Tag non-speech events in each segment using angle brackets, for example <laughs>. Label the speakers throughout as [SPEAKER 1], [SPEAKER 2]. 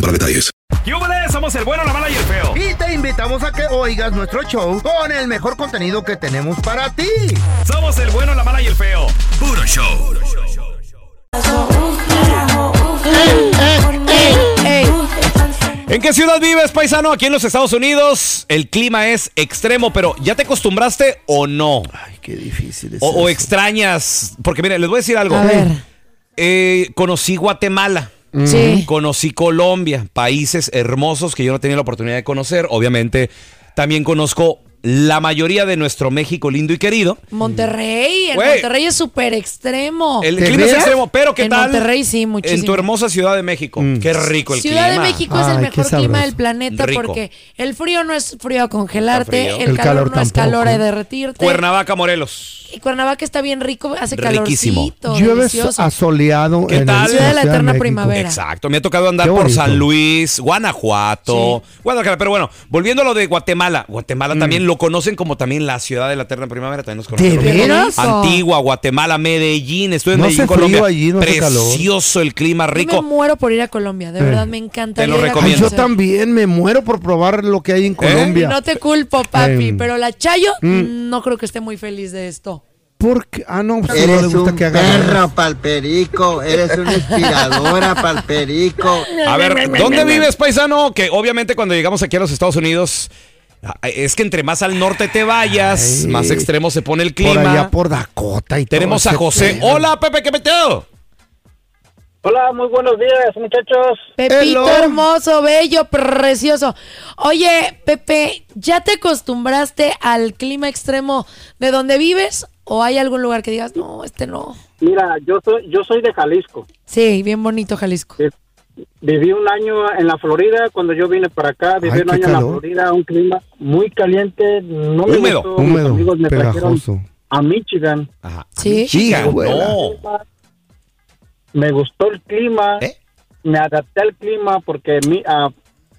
[SPEAKER 1] para detalles.
[SPEAKER 2] ¡Yúbales! Somos el bueno, la mala y el feo.
[SPEAKER 3] Y te invitamos a que oigas nuestro show con el mejor contenido que tenemos para ti.
[SPEAKER 2] Somos el bueno, la mala y el feo. Puro show. ¿En qué ciudad vives, paisano? Aquí en los Estados Unidos el clima es extremo, pero ¿ya te acostumbraste o no?
[SPEAKER 4] Ay, qué difícil es
[SPEAKER 2] O, o
[SPEAKER 4] eso.
[SPEAKER 2] extrañas. Porque mira, les voy a decir algo.
[SPEAKER 5] A ver. Mm.
[SPEAKER 2] Eh, conocí Guatemala.
[SPEAKER 5] Sí.
[SPEAKER 2] Conocí Colombia, países hermosos que yo no tenía la oportunidad de conocer. Obviamente, también conozco la mayoría de nuestro México lindo y querido.
[SPEAKER 5] Monterrey, el
[SPEAKER 2] Güey.
[SPEAKER 5] Monterrey es súper extremo.
[SPEAKER 2] El
[SPEAKER 4] ¿De
[SPEAKER 2] clima es
[SPEAKER 4] veras?
[SPEAKER 2] extremo, pero ¿qué
[SPEAKER 5] Oh. En
[SPEAKER 2] tal?
[SPEAKER 5] Monterrey sí, muchísimo.
[SPEAKER 2] En tu hermosa Ciudad de México. Qué rico el
[SPEAKER 5] Ciudad
[SPEAKER 2] clima.
[SPEAKER 5] de México es el
[SPEAKER 4] Mm. Ay, qué
[SPEAKER 5] mejor
[SPEAKER 4] sabroso.
[SPEAKER 5] clima del planeta
[SPEAKER 2] Rico.
[SPEAKER 5] porque el frío no es frío a congelarte,
[SPEAKER 2] Está frío.
[SPEAKER 5] el,
[SPEAKER 4] El
[SPEAKER 5] calor,
[SPEAKER 4] calor
[SPEAKER 5] no es
[SPEAKER 4] tampoco.
[SPEAKER 5] calor a derretirte.
[SPEAKER 2] Cuernavaca, Morelos.
[SPEAKER 5] Y Cuernavaca está bien rico, hace
[SPEAKER 2] Riquísimo.
[SPEAKER 5] calorcito,
[SPEAKER 4] Llueve
[SPEAKER 5] delicioso.
[SPEAKER 4] asoleado
[SPEAKER 2] ¿Qué
[SPEAKER 4] en
[SPEAKER 2] tal?
[SPEAKER 4] el
[SPEAKER 2] Ciudad de la
[SPEAKER 4] Ciudad de
[SPEAKER 5] eterna
[SPEAKER 4] México.
[SPEAKER 5] primavera. Vera.
[SPEAKER 2] Exacto. Me ha tocado andar
[SPEAKER 4] Qué
[SPEAKER 2] por
[SPEAKER 4] bonito.
[SPEAKER 2] San Luis, Guanajuato, Guadalajara. Pero bueno, volviendo a lo de Guatemala.
[SPEAKER 4] Mm.
[SPEAKER 2] Guatemala también lo conocen como también la ciudad de la eterna primavera. También nos conocen.
[SPEAKER 4] ¿De
[SPEAKER 2] como-
[SPEAKER 4] veras?
[SPEAKER 2] Antigua, Guatemala, Medellín. Estuve en
[SPEAKER 4] No hace
[SPEAKER 2] Medellín,
[SPEAKER 4] frío
[SPEAKER 2] Colombia.
[SPEAKER 4] allí, no hace calor.
[SPEAKER 2] Precioso el clima,
[SPEAKER 5] Yo me
[SPEAKER 2] rico.
[SPEAKER 5] muero por ir a Colombia,
[SPEAKER 4] Eh,
[SPEAKER 5] de verdad me encanta.
[SPEAKER 2] Te lo
[SPEAKER 4] Ay,
[SPEAKER 2] recomiendo. ¿Eh?
[SPEAKER 4] yo también me muero por probar lo que hay en Eh, Colombia. mm.
[SPEAKER 5] No te culpo, papi,
[SPEAKER 4] Em.
[SPEAKER 5] pero la Chayo no creo que esté muy feliz de esto.
[SPEAKER 4] Porque, ah, no, pues, no le
[SPEAKER 3] Eres
[SPEAKER 4] gusta
[SPEAKER 3] un
[SPEAKER 4] que haga.
[SPEAKER 3] perro palperico, eres
[SPEAKER 2] <laughs>
[SPEAKER 3] una inspiradora palperico.
[SPEAKER 2] A ver, ¿dónde vives, paisano? Que obviamente cuando llegamos aquí a los Estados Unidos, ah, es que entre más al norte te vayas,
[SPEAKER 4] Ay.
[SPEAKER 2] más extremo se pone el
[SPEAKER 4] Por
[SPEAKER 2] clima.
[SPEAKER 4] allá por Dakota y todo
[SPEAKER 2] Tenemos a
[SPEAKER 4] ese
[SPEAKER 2] José.
[SPEAKER 4] pedo.
[SPEAKER 2] Hola, Pepe, ¿qué meteo?
[SPEAKER 6] Hola, muy buenos días, muchachos.
[SPEAKER 5] Pepito
[SPEAKER 4] Hello.
[SPEAKER 5] hermoso, bello, precioso. Oye, Pepe, ¿ya te acostumbraste al clima extremo de donde vives? ¿O hay algún lugar que digas, no, este no?
[SPEAKER 6] Mira, yo soy, yo soy de Jalisco.
[SPEAKER 5] Sí, bien bonito Jalisco.
[SPEAKER 6] Es- Viví un año en la Florida cuando yo vine para acá. Viví
[SPEAKER 4] Ay,
[SPEAKER 6] un
[SPEAKER 4] qué
[SPEAKER 6] año en la
[SPEAKER 4] calor.
[SPEAKER 6] Florida, un clima muy caliente. No me
[SPEAKER 2] Húmedo.
[SPEAKER 6] gustó. Mis
[SPEAKER 4] Húmedo,
[SPEAKER 6] amigos me trajeron
[SPEAKER 4] pegajoso.
[SPEAKER 6] a Michigan.
[SPEAKER 2] Ajá.
[SPEAKER 5] Sí.
[SPEAKER 2] Chica,
[SPEAKER 4] Sí, abuela.
[SPEAKER 2] no.
[SPEAKER 6] Me gustó el clima.
[SPEAKER 2] ¿Eh?
[SPEAKER 6] Me adapté al clima porque mi, ah,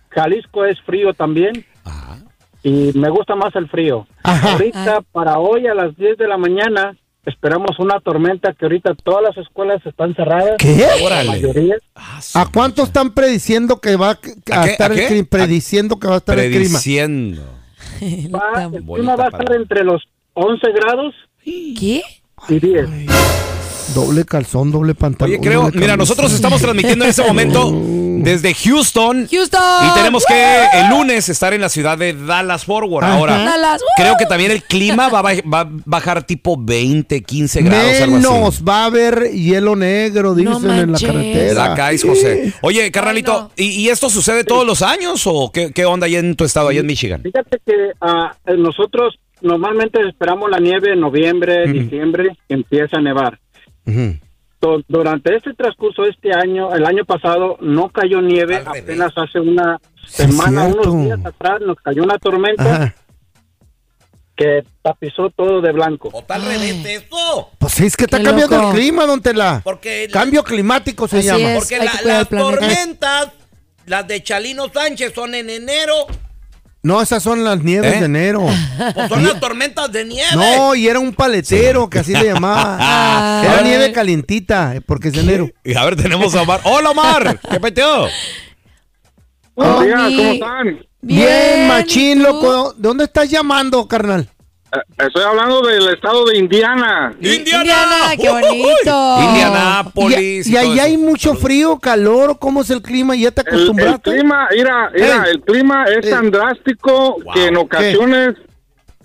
[SPEAKER 6] Jalisco es frío también.
[SPEAKER 2] Ajá.
[SPEAKER 6] y me gusta más el frío. Ahorita, para hoy a las 10 de la mañana, esperamos una tormenta que ahorita todas las escuelas están cerradas.
[SPEAKER 4] ¿Qué?
[SPEAKER 6] La
[SPEAKER 4] <laughs>
[SPEAKER 2] Órale.
[SPEAKER 6] mayoría.
[SPEAKER 2] Ah, su-
[SPEAKER 4] ¿A cuánto están prediciendo que va a,
[SPEAKER 2] ¿A qué?
[SPEAKER 4] estar
[SPEAKER 2] ¿A
[SPEAKER 4] el
[SPEAKER 2] qué?
[SPEAKER 4] clima? Prediciendo que va a estar el clima.
[SPEAKER 2] Prediciendo.
[SPEAKER 5] Lo
[SPEAKER 6] Va, el
[SPEAKER 5] amo.
[SPEAKER 6] clima va a estar entre los 11 grados
[SPEAKER 5] ¿Qué?
[SPEAKER 6] y 10.
[SPEAKER 4] Doble calzón, doble pantalón.
[SPEAKER 2] Oye, creo,
[SPEAKER 4] doble camisa.
[SPEAKER 2] mira,
[SPEAKER 4] Uh.
[SPEAKER 2] nosotros estamos transmitiendo
[SPEAKER 4] <laughs>
[SPEAKER 2] en este momento desde Houston.
[SPEAKER 5] Houston.
[SPEAKER 2] Y tenemos que el lunes estar en la ciudad de Dallas Forward.
[SPEAKER 4] Ajá.
[SPEAKER 2] Ahora,
[SPEAKER 5] Dallas.
[SPEAKER 2] creo que también el clima va a, baj- va a bajar tipo 20, 15 grados, algo así.
[SPEAKER 4] Menos va a haber hielo negro, dicen en la
[SPEAKER 5] manches.
[SPEAKER 4] carretera.
[SPEAKER 2] La caes, José. Oye, carnalito,
[SPEAKER 5] Ay, no.
[SPEAKER 2] ¿y, y esto sucede todos los años o qué, qué onda ahí en tu estado, allá en Michigan?
[SPEAKER 6] Fíjate que ah, nosotros normalmente esperamos la nieve en noviembre, diciembre, que empieza a nevar.
[SPEAKER 4] Ujú.
[SPEAKER 6] Du- Durante este transcurso de este año, el año pasado no cayó nieve,
[SPEAKER 2] Al revés.
[SPEAKER 6] apenas hace una
[SPEAKER 4] Sí, es
[SPEAKER 6] semana,
[SPEAKER 4] cierto.
[SPEAKER 6] unos días atrás nos cayó una tormenta
[SPEAKER 4] Ajá.
[SPEAKER 6] que tapizó todo de blanco.
[SPEAKER 2] Total revente esto.
[SPEAKER 4] Pues sí, es que está
[SPEAKER 5] Qué
[SPEAKER 4] cambiando
[SPEAKER 5] loco.
[SPEAKER 4] el clima, don Tela.
[SPEAKER 2] Porque-
[SPEAKER 4] Cambio climático se
[SPEAKER 5] Así
[SPEAKER 4] llama.
[SPEAKER 5] es. Porque hay la- que cuidar el las planeta.
[SPEAKER 2] tormentas
[SPEAKER 7] Las de Chalino Sánchez son en enero.
[SPEAKER 4] No, esas son las nieves
[SPEAKER 2] ¿Eh?
[SPEAKER 4] de
[SPEAKER 2] <laughs>
[SPEAKER 4] enero.
[SPEAKER 7] Pues son
[SPEAKER 4] <laughs>
[SPEAKER 7] las tormentas de nieve.
[SPEAKER 4] No, y era un paletero, que así le
[SPEAKER 5] <laughs>
[SPEAKER 4] llamaba. Era nieve calientita, eh, porque es de enero.
[SPEAKER 2] Y a ver, tenemos a Omar. ¡Hola, Omar! ¿Qué peteo?
[SPEAKER 5] Ah.
[SPEAKER 8] Buenos días, ¿cómo
[SPEAKER 5] Homie.
[SPEAKER 8] están?
[SPEAKER 4] Bien,
[SPEAKER 5] ¿y
[SPEAKER 4] machín,
[SPEAKER 5] tú?
[SPEAKER 4] loco. ¿De dónde estás llamando, carnal?
[SPEAKER 8] Eh, Estoy hablando del estado de Indiana.
[SPEAKER 5] Indiana, qué bonito.
[SPEAKER 2] Indianápolis.
[SPEAKER 4] y y ahí hay mucho frío, calor. ¿Cómo es el clima? ¿Ya te
[SPEAKER 8] El, el
[SPEAKER 4] acostumbraste?
[SPEAKER 8] clima, mira, mira,
[SPEAKER 4] Ey.
[SPEAKER 8] el clima es
[SPEAKER 4] Ey.
[SPEAKER 8] tan drástico que en ocasiones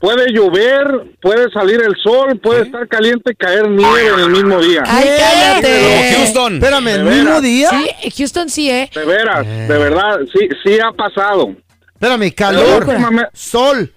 [SPEAKER 8] puede llover, puede salir el sol, puede estar caliente y caer nieve en el mismo día.
[SPEAKER 5] Ay,
[SPEAKER 4] ¿Qué?
[SPEAKER 5] cállate.
[SPEAKER 2] Houston.
[SPEAKER 4] Espérame, ¿el
[SPEAKER 8] De veras.
[SPEAKER 4] mismo día?
[SPEAKER 5] Sí, Houston sí, ¿eh?
[SPEAKER 8] De veras, de verdad, sí, sí ha pasado.
[SPEAKER 4] Espérame,
[SPEAKER 8] Pero
[SPEAKER 4] calor,
[SPEAKER 8] últimame-
[SPEAKER 4] sol,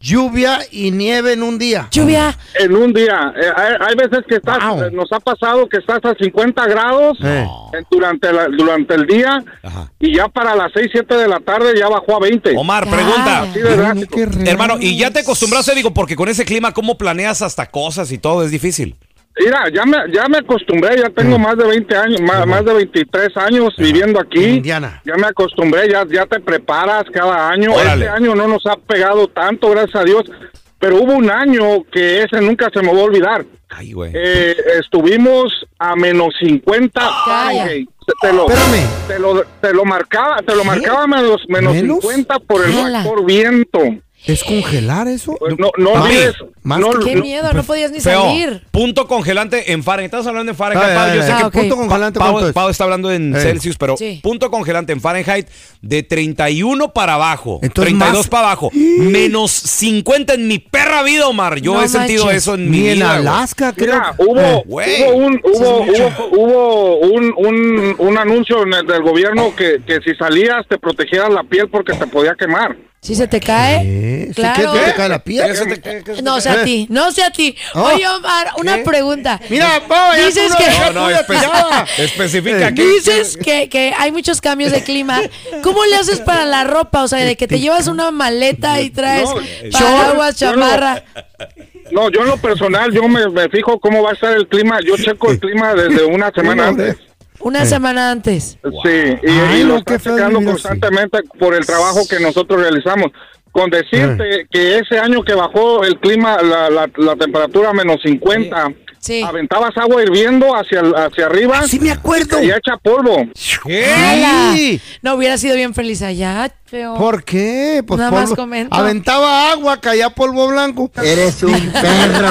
[SPEAKER 4] lluvia y nieve en un día.
[SPEAKER 5] Lluvia.
[SPEAKER 8] En un día, Eh, hay, hay veces que estás,
[SPEAKER 4] Wow.
[SPEAKER 8] eh, nos ha pasado que estás a 50 grados
[SPEAKER 4] Eh.
[SPEAKER 8] eh, durante, la- durante el día
[SPEAKER 2] Ajá.
[SPEAKER 8] y ya para las 6, 7 de la tarde ya bajó a 20.
[SPEAKER 2] Omar, pregunta.
[SPEAKER 8] Sí, de
[SPEAKER 4] Ay, no,
[SPEAKER 8] drástico.
[SPEAKER 4] qué raro.
[SPEAKER 2] Hermano, y ya te acostumbraste, digo, porque con ese clima, ¿cómo planeas hasta cosas y todo? Es difícil.
[SPEAKER 8] Mira, ya me, ya me acostumbré, ya tengo más de 20 años, más, más de 23 años viviendo aquí.
[SPEAKER 4] En Indiana.
[SPEAKER 8] Ya me acostumbré, ya, ya te preparas cada año.
[SPEAKER 2] Órale.
[SPEAKER 8] Este año no nos ha pegado tanto, gracias a Dios, pero hubo un año que ese nunca se me va a olvidar.
[SPEAKER 2] Ay, güey.
[SPEAKER 8] Eh, estuvimos a menos 50.
[SPEAKER 5] Calla.
[SPEAKER 8] Fahrenheit. Te lo,
[SPEAKER 4] Espérame.
[SPEAKER 8] te lo, te lo marcaba, te lo marcaba menos, menos
[SPEAKER 4] ¿Menos?
[SPEAKER 8] 50 por el
[SPEAKER 5] Ala.
[SPEAKER 8] factor viento.
[SPEAKER 4] ¿Es congelar eso?
[SPEAKER 8] Pues no, no
[SPEAKER 4] Más-
[SPEAKER 8] olvides,
[SPEAKER 4] más
[SPEAKER 8] no-
[SPEAKER 4] que-
[SPEAKER 5] Qué
[SPEAKER 8] no-
[SPEAKER 5] miedo, no podías ni
[SPEAKER 2] pues, Feo.
[SPEAKER 5] salir.
[SPEAKER 2] Punto congelante en Fahrenheit. Estás hablando en
[SPEAKER 4] A
[SPEAKER 2] Fahrenheit,
[SPEAKER 4] ver,
[SPEAKER 2] Pau,
[SPEAKER 4] a ver,
[SPEAKER 2] Yo sé
[SPEAKER 4] a
[SPEAKER 2] que
[SPEAKER 4] ver,
[SPEAKER 5] que-
[SPEAKER 4] punto congelante,
[SPEAKER 2] Pau-
[SPEAKER 4] ¿cuánto es?
[SPEAKER 2] Pau está hablando en
[SPEAKER 4] Eh.
[SPEAKER 2] Celsius, pero
[SPEAKER 5] Sí.
[SPEAKER 2] punto congelante en Fahrenheit de 31 para abajo.
[SPEAKER 4] Entonces,
[SPEAKER 2] 32
[SPEAKER 4] más-
[SPEAKER 2] para abajo. Menos 50 en mi perra vida, Omar. Yo
[SPEAKER 5] No
[SPEAKER 2] he sentido
[SPEAKER 5] manches.
[SPEAKER 2] eso en mi
[SPEAKER 4] Ni en
[SPEAKER 2] vida. güey.
[SPEAKER 4] Alaska, creo.
[SPEAKER 8] Mira, hubo,
[SPEAKER 4] Eh,
[SPEAKER 2] güey.
[SPEAKER 8] hubo un, hubo,
[SPEAKER 5] Sí, es
[SPEAKER 8] hubo, hubo un, un, un anuncio en el del gobierno que, que si salías te protegieras la piel porque te podía quemar.
[SPEAKER 5] Si se te
[SPEAKER 4] Eh,
[SPEAKER 5] cae.
[SPEAKER 4] ¿qué? ¿Se
[SPEAKER 5] Claro.
[SPEAKER 4] queda- te cae la piel?
[SPEAKER 2] Eso te- ¿Eh? que- que-
[SPEAKER 5] No sé a ti, no sé a ti.
[SPEAKER 4] Oh.
[SPEAKER 5] Oye, Omar, una pregunta.
[SPEAKER 4] Mira, Pau, ya
[SPEAKER 5] Dices
[SPEAKER 4] tú
[SPEAKER 5] que-
[SPEAKER 2] No, <laughs> no, espe-
[SPEAKER 4] tirada.
[SPEAKER 2] especifica
[SPEAKER 4] <laughs>
[SPEAKER 2] aquí.
[SPEAKER 5] Dices que, que hay muchos cambios de clima. ¿Cómo le haces para la ropa? O sea, de que te llevas una maleta y traes
[SPEAKER 8] No, eh,
[SPEAKER 5] paraguas,
[SPEAKER 8] yo no-
[SPEAKER 5] chamarra.
[SPEAKER 8] No, yo en lo personal, yo me, me fijo cómo va a estar el clima. Yo checo el clima desde una semana antes.
[SPEAKER 4] Eh.
[SPEAKER 5] Una semana antes.
[SPEAKER 8] Sí, y,
[SPEAKER 4] Ay,
[SPEAKER 8] y
[SPEAKER 4] no,
[SPEAKER 8] lo
[SPEAKER 4] qué
[SPEAKER 8] están
[SPEAKER 4] feo
[SPEAKER 8] checando
[SPEAKER 4] vivir así.
[SPEAKER 8] constantemente por el trabajo que nosotros realizamos. Con decirte
[SPEAKER 4] Eh.
[SPEAKER 8] que ese año que bajó el clima, la, la, la temperatura a menos 50,
[SPEAKER 5] Sí.
[SPEAKER 8] aventabas agua hirviendo hacia, el- hacia arriba
[SPEAKER 4] Ah, Sí me acuerdo.
[SPEAKER 8] y echa polvo.
[SPEAKER 5] ¡Hala! <laughs>
[SPEAKER 4] Sí.
[SPEAKER 5] No hubiera sido bien feliz allá, feo.
[SPEAKER 4] ¿Por qué? Pues
[SPEAKER 5] Nada más
[SPEAKER 4] polvo-
[SPEAKER 5] comento.
[SPEAKER 4] aventaba agua, caía polvo blanco.
[SPEAKER 6] Eres
[SPEAKER 4] <laughs>
[SPEAKER 6] un perro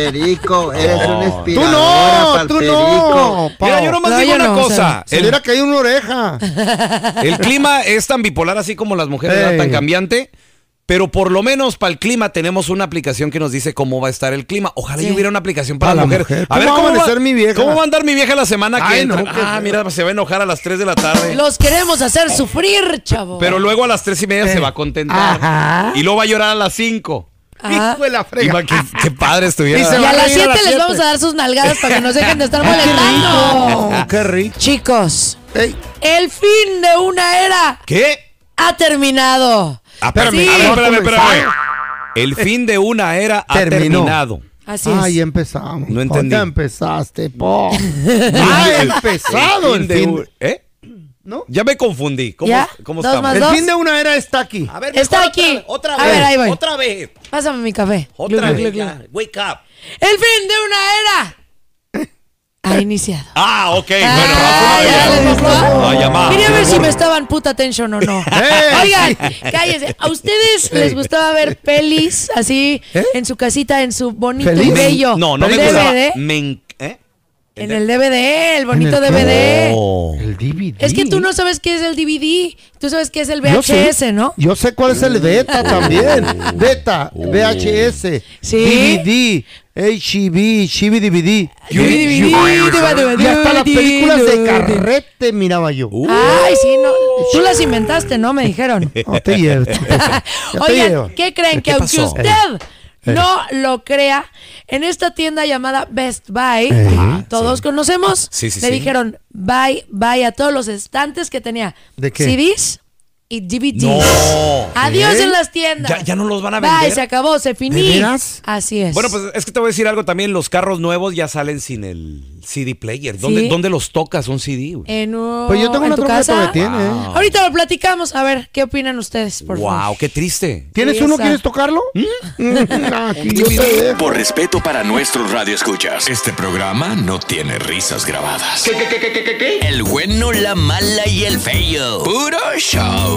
[SPEAKER 6] palperico, eres un
[SPEAKER 4] Oh. Tú
[SPEAKER 6] inspiradora
[SPEAKER 4] no, tú no. Pau.
[SPEAKER 2] Mira, yo nomás
[SPEAKER 5] No,
[SPEAKER 2] digo
[SPEAKER 5] yo
[SPEAKER 2] una
[SPEAKER 5] no, o sea,
[SPEAKER 2] cosa.
[SPEAKER 4] Se le
[SPEAKER 2] El-
[SPEAKER 4] hubiera caído una oreja.
[SPEAKER 2] El clima es tan bipolar así como las mujeres,
[SPEAKER 4] Ey.
[SPEAKER 2] ¿verdad? tan cambiante. Pero por lo menos para el clima tenemos una aplicación que nos dice cómo va a estar el clima. Ojalá
[SPEAKER 5] Sí.
[SPEAKER 2] y hubiera una aplicación para
[SPEAKER 4] Para
[SPEAKER 2] las
[SPEAKER 4] la
[SPEAKER 2] mujeres.
[SPEAKER 4] mujer. Eh, ¿Cómo va a amanecer mi vieja?
[SPEAKER 2] ¿Cómo va a andar mi vieja la semana que
[SPEAKER 4] Ay, no,
[SPEAKER 2] entra?
[SPEAKER 4] qué
[SPEAKER 2] ah,
[SPEAKER 4] feo.
[SPEAKER 2] mira, se va a enojar a las 3 de la
[SPEAKER 4] eh.
[SPEAKER 2] tarde.
[SPEAKER 5] Los queremos hacer sufrir, chavo.
[SPEAKER 2] Pero luego a las 3 y media se va a contentar.
[SPEAKER 4] Eh. Ajá.
[SPEAKER 2] Y luego va a llorar a las 5.
[SPEAKER 5] Ajá.
[SPEAKER 4] Hijo de la frega.
[SPEAKER 2] Qué, qué padre estuviera.
[SPEAKER 4] Y se
[SPEAKER 5] Y
[SPEAKER 4] va
[SPEAKER 5] a las
[SPEAKER 4] reír
[SPEAKER 5] 7 les
[SPEAKER 4] siete.
[SPEAKER 5] vamos a dar sus nalgadas para que nos dejen
[SPEAKER 4] <laughs>
[SPEAKER 5] de estar
[SPEAKER 4] Ah, qué
[SPEAKER 5] molestando.
[SPEAKER 4] rico, Qué rico.
[SPEAKER 5] Chicos,
[SPEAKER 4] Ey,
[SPEAKER 5] el fin de una era
[SPEAKER 2] ¿Qué?
[SPEAKER 5] ha terminado.
[SPEAKER 2] Ah, espérame,
[SPEAKER 5] Sí.
[SPEAKER 2] a ver, espérame,
[SPEAKER 4] Vamos a
[SPEAKER 2] espérame. El fin de una era ha
[SPEAKER 4] Ah. Terminó.
[SPEAKER 2] terminado.
[SPEAKER 5] Así es.
[SPEAKER 4] Ay, empezamos.
[SPEAKER 2] No
[SPEAKER 4] Pau,
[SPEAKER 2] entendí.
[SPEAKER 4] Ya empezaste,
[SPEAKER 5] <laughs>
[SPEAKER 4] po. Ya Ah, empezado el
[SPEAKER 2] de
[SPEAKER 4] fin.
[SPEAKER 2] un- ¿Eh?
[SPEAKER 4] ¿No?
[SPEAKER 2] Ya me confundí. ¿Cómo,
[SPEAKER 5] ¿Ya?
[SPEAKER 2] cómo
[SPEAKER 5] Dos
[SPEAKER 2] estamos?
[SPEAKER 5] más
[SPEAKER 4] El
[SPEAKER 5] dos.
[SPEAKER 4] fin de una era está aquí.
[SPEAKER 7] A ver,
[SPEAKER 5] Está
[SPEAKER 7] mejor
[SPEAKER 5] aquí.
[SPEAKER 7] Otra,
[SPEAKER 5] A
[SPEAKER 7] otra vez.
[SPEAKER 5] ver, ahí voy.
[SPEAKER 7] Otra vez.
[SPEAKER 5] Pásame mi café.
[SPEAKER 7] Otra
[SPEAKER 5] Glu, glu,
[SPEAKER 7] vez.
[SPEAKER 5] glu,
[SPEAKER 7] ya.
[SPEAKER 5] glu.
[SPEAKER 7] Wake up.
[SPEAKER 5] El fin de una era ha iniciado.
[SPEAKER 2] Ah, ok.
[SPEAKER 5] Ah,
[SPEAKER 2] bueno,
[SPEAKER 5] ya
[SPEAKER 2] vamos
[SPEAKER 5] le
[SPEAKER 2] a
[SPEAKER 5] gustó.
[SPEAKER 7] Ah,
[SPEAKER 2] llamar. A llamar.
[SPEAKER 5] Quería ver si me estaban puta atención
[SPEAKER 7] <laughs>
[SPEAKER 5] o no.
[SPEAKER 7] ¡Eh!
[SPEAKER 5] Oigan, cállense. ¿A ustedes les
[SPEAKER 7] <laughs>
[SPEAKER 5] gustaba ver pelis así
[SPEAKER 7] ¿Eh?
[SPEAKER 5] en su casita, en su bonito y
[SPEAKER 4] ¿Pelis?
[SPEAKER 5] bello
[SPEAKER 2] No, no me gustaba.
[SPEAKER 5] DVD?
[SPEAKER 2] Me en- ¿eh?
[SPEAKER 5] En el DVD, el bonito
[SPEAKER 4] ¿En el
[SPEAKER 5] DVD.
[SPEAKER 2] Oh.
[SPEAKER 4] El DVD.
[SPEAKER 5] Es que tú no sabes qué es el DVD, tú sabes qué es el
[SPEAKER 4] Yo
[SPEAKER 5] VHS,
[SPEAKER 4] sé.
[SPEAKER 5] ¿no? Uh.
[SPEAKER 4] Yo sé cuál es el beta también.
[SPEAKER 2] Uh.
[SPEAKER 4] Beta, VHS,
[SPEAKER 5] Sí.
[SPEAKER 4] DVD, HB, chibi DVD.
[SPEAKER 5] DVD,
[SPEAKER 4] Y hasta las películas de
[SPEAKER 5] DVD.
[SPEAKER 4] carrete miraba yo.
[SPEAKER 5] Ay, sí, no. Tú las inventaste, ¿no? Me dijeron.
[SPEAKER 4] No te lleves.
[SPEAKER 5] <laughs>
[SPEAKER 4] Ya te llevo.
[SPEAKER 5] Oigan, ¿qué creen?
[SPEAKER 2] ¿Qué
[SPEAKER 5] que aunque
[SPEAKER 2] pasó?
[SPEAKER 5] usted no lo crea, en esta tienda llamada Best Buy,
[SPEAKER 4] Ajá,
[SPEAKER 5] todos conocemos,
[SPEAKER 2] Ah, Sí, sí,
[SPEAKER 5] le
[SPEAKER 2] sí.
[SPEAKER 5] dijeron bye, bye a todos los estantes que tenía
[SPEAKER 4] ¿De qué?
[SPEAKER 5] CDs, y DVDs.
[SPEAKER 2] No.
[SPEAKER 5] Adiós
[SPEAKER 2] ¿Qué?
[SPEAKER 5] en las tiendas.
[SPEAKER 2] Ya- ya no los van a
[SPEAKER 5] Bye,
[SPEAKER 2] vender.
[SPEAKER 5] se acabó, se finí.
[SPEAKER 4] ¿De veras?
[SPEAKER 5] Así es.
[SPEAKER 2] Bueno, pues es que te voy a decir algo también. Los carros nuevos ya salen sin el CD player. ¿Dónde,
[SPEAKER 5] Sí.
[SPEAKER 2] dónde los tocas un CD, güey?
[SPEAKER 5] En un-
[SPEAKER 4] Pues yo tengo
[SPEAKER 5] en
[SPEAKER 4] una
[SPEAKER 5] tu
[SPEAKER 4] trompeta
[SPEAKER 5] casa. Ah.
[SPEAKER 4] que tiene. ¿eh?
[SPEAKER 2] Wow.
[SPEAKER 5] Ahorita lo platicamos, a ver qué opinan ustedes, por
[SPEAKER 2] wow,
[SPEAKER 5] favor.
[SPEAKER 2] qué triste.
[SPEAKER 4] ¿Tienes
[SPEAKER 5] Sí,
[SPEAKER 4] uno?
[SPEAKER 5] esa.
[SPEAKER 4] ¿Quieres tocarlo?
[SPEAKER 5] ¿Mm?
[SPEAKER 2] <laughs>
[SPEAKER 4] Aquí yo te dejo.
[SPEAKER 9] Por respeto para nuestros radioescuchas, este programa no tiene risas grabadas. El bueno, la mala y el feo. Puro show.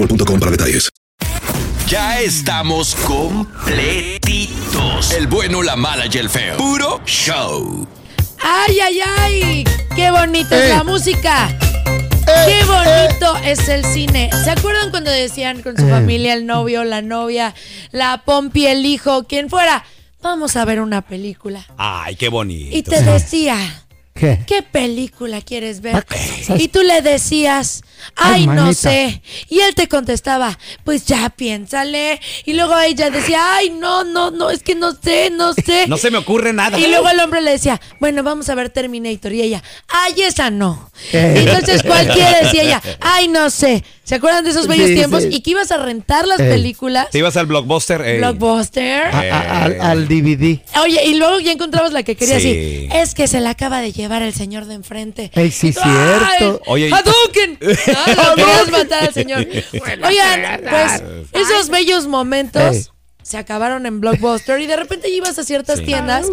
[SPEAKER 1] para detalles.
[SPEAKER 9] Ya estamos completitos. El bueno, la mala y el feo. Puro show.
[SPEAKER 5] Ay, ay, ay. Qué bonito es
[SPEAKER 4] Eh.
[SPEAKER 5] la música. Qué bonito es el cine. ¿Se acuerdan cuando decían con su familia, el novio, la novia, la pompi, el hijo, quien fuera? Vamos a ver una película.
[SPEAKER 2] Ay, qué bonito.
[SPEAKER 5] Y te decía,
[SPEAKER 4] ¿Qué?
[SPEAKER 5] ¿qué película quieres ver?
[SPEAKER 4] Ah,
[SPEAKER 5] Y tú le decías, ay,
[SPEAKER 4] Ay,
[SPEAKER 5] no
[SPEAKER 4] manita.
[SPEAKER 5] sé. Y él te contestaba, pues ya piénsale. Y luego ella decía, ay, no, no, no, es que no sé,
[SPEAKER 4] <laughs>
[SPEAKER 5] no sé.
[SPEAKER 2] No se me ocurre nada.
[SPEAKER 5] Y luego el hombre le decía, bueno, vamos a ver Terminator. Y ella, ay, esa no.
[SPEAKER 4] <laughs> Eh.
[SPEAKER 5] Entonces, ¿cuál quieres? Y
[SPEAKER 4] <laughs>
[SPEAKER 5] ella, ay, no sé. ¿Se acuerdan de esos bellos
[SPEAKER 4] Sí,
[SPEAKER 5] tiempos?
[SPEAKER 4] sí.
[SPEAKER 5] Y que ibas a rentar las
[SPEAKER 4] Eh. Ah,
[SPEAKER 5] películas.
[SPEAKER 2] Te ibas al blockbuster. eh,
[SPEAKER 5] Blockbuster.
[SPEAKER 4] A- a- al, al DVD.
[SPEAKER 5] Oye, y luego ya encontrabas la que querías
[SPEAKER 2] Sí.
[SPEAKER 5] y es que se la acaba de llevar el señor de enfrente.
[SPEAKER 4] Ey, sí,
[SPEAKER 5] Y ¡ay!
[SPEAKER 4] cierto.
[SPEAKER 2] Oye, y-
[SPEAKER 5] ¡Hadouken! Ah,
[SPEAKER 2] <laughs>
[SPEAKER 5] lo querías matar
[SPEAKER 4] <laughs>
[SPEAKER 5] al señor. Oigan, pues esos bellos momentos
[SPEAKER 4] Ey.
[SPEAKER 5] se acabaron en Blockbuster y de repente ibas a ciertas tiendas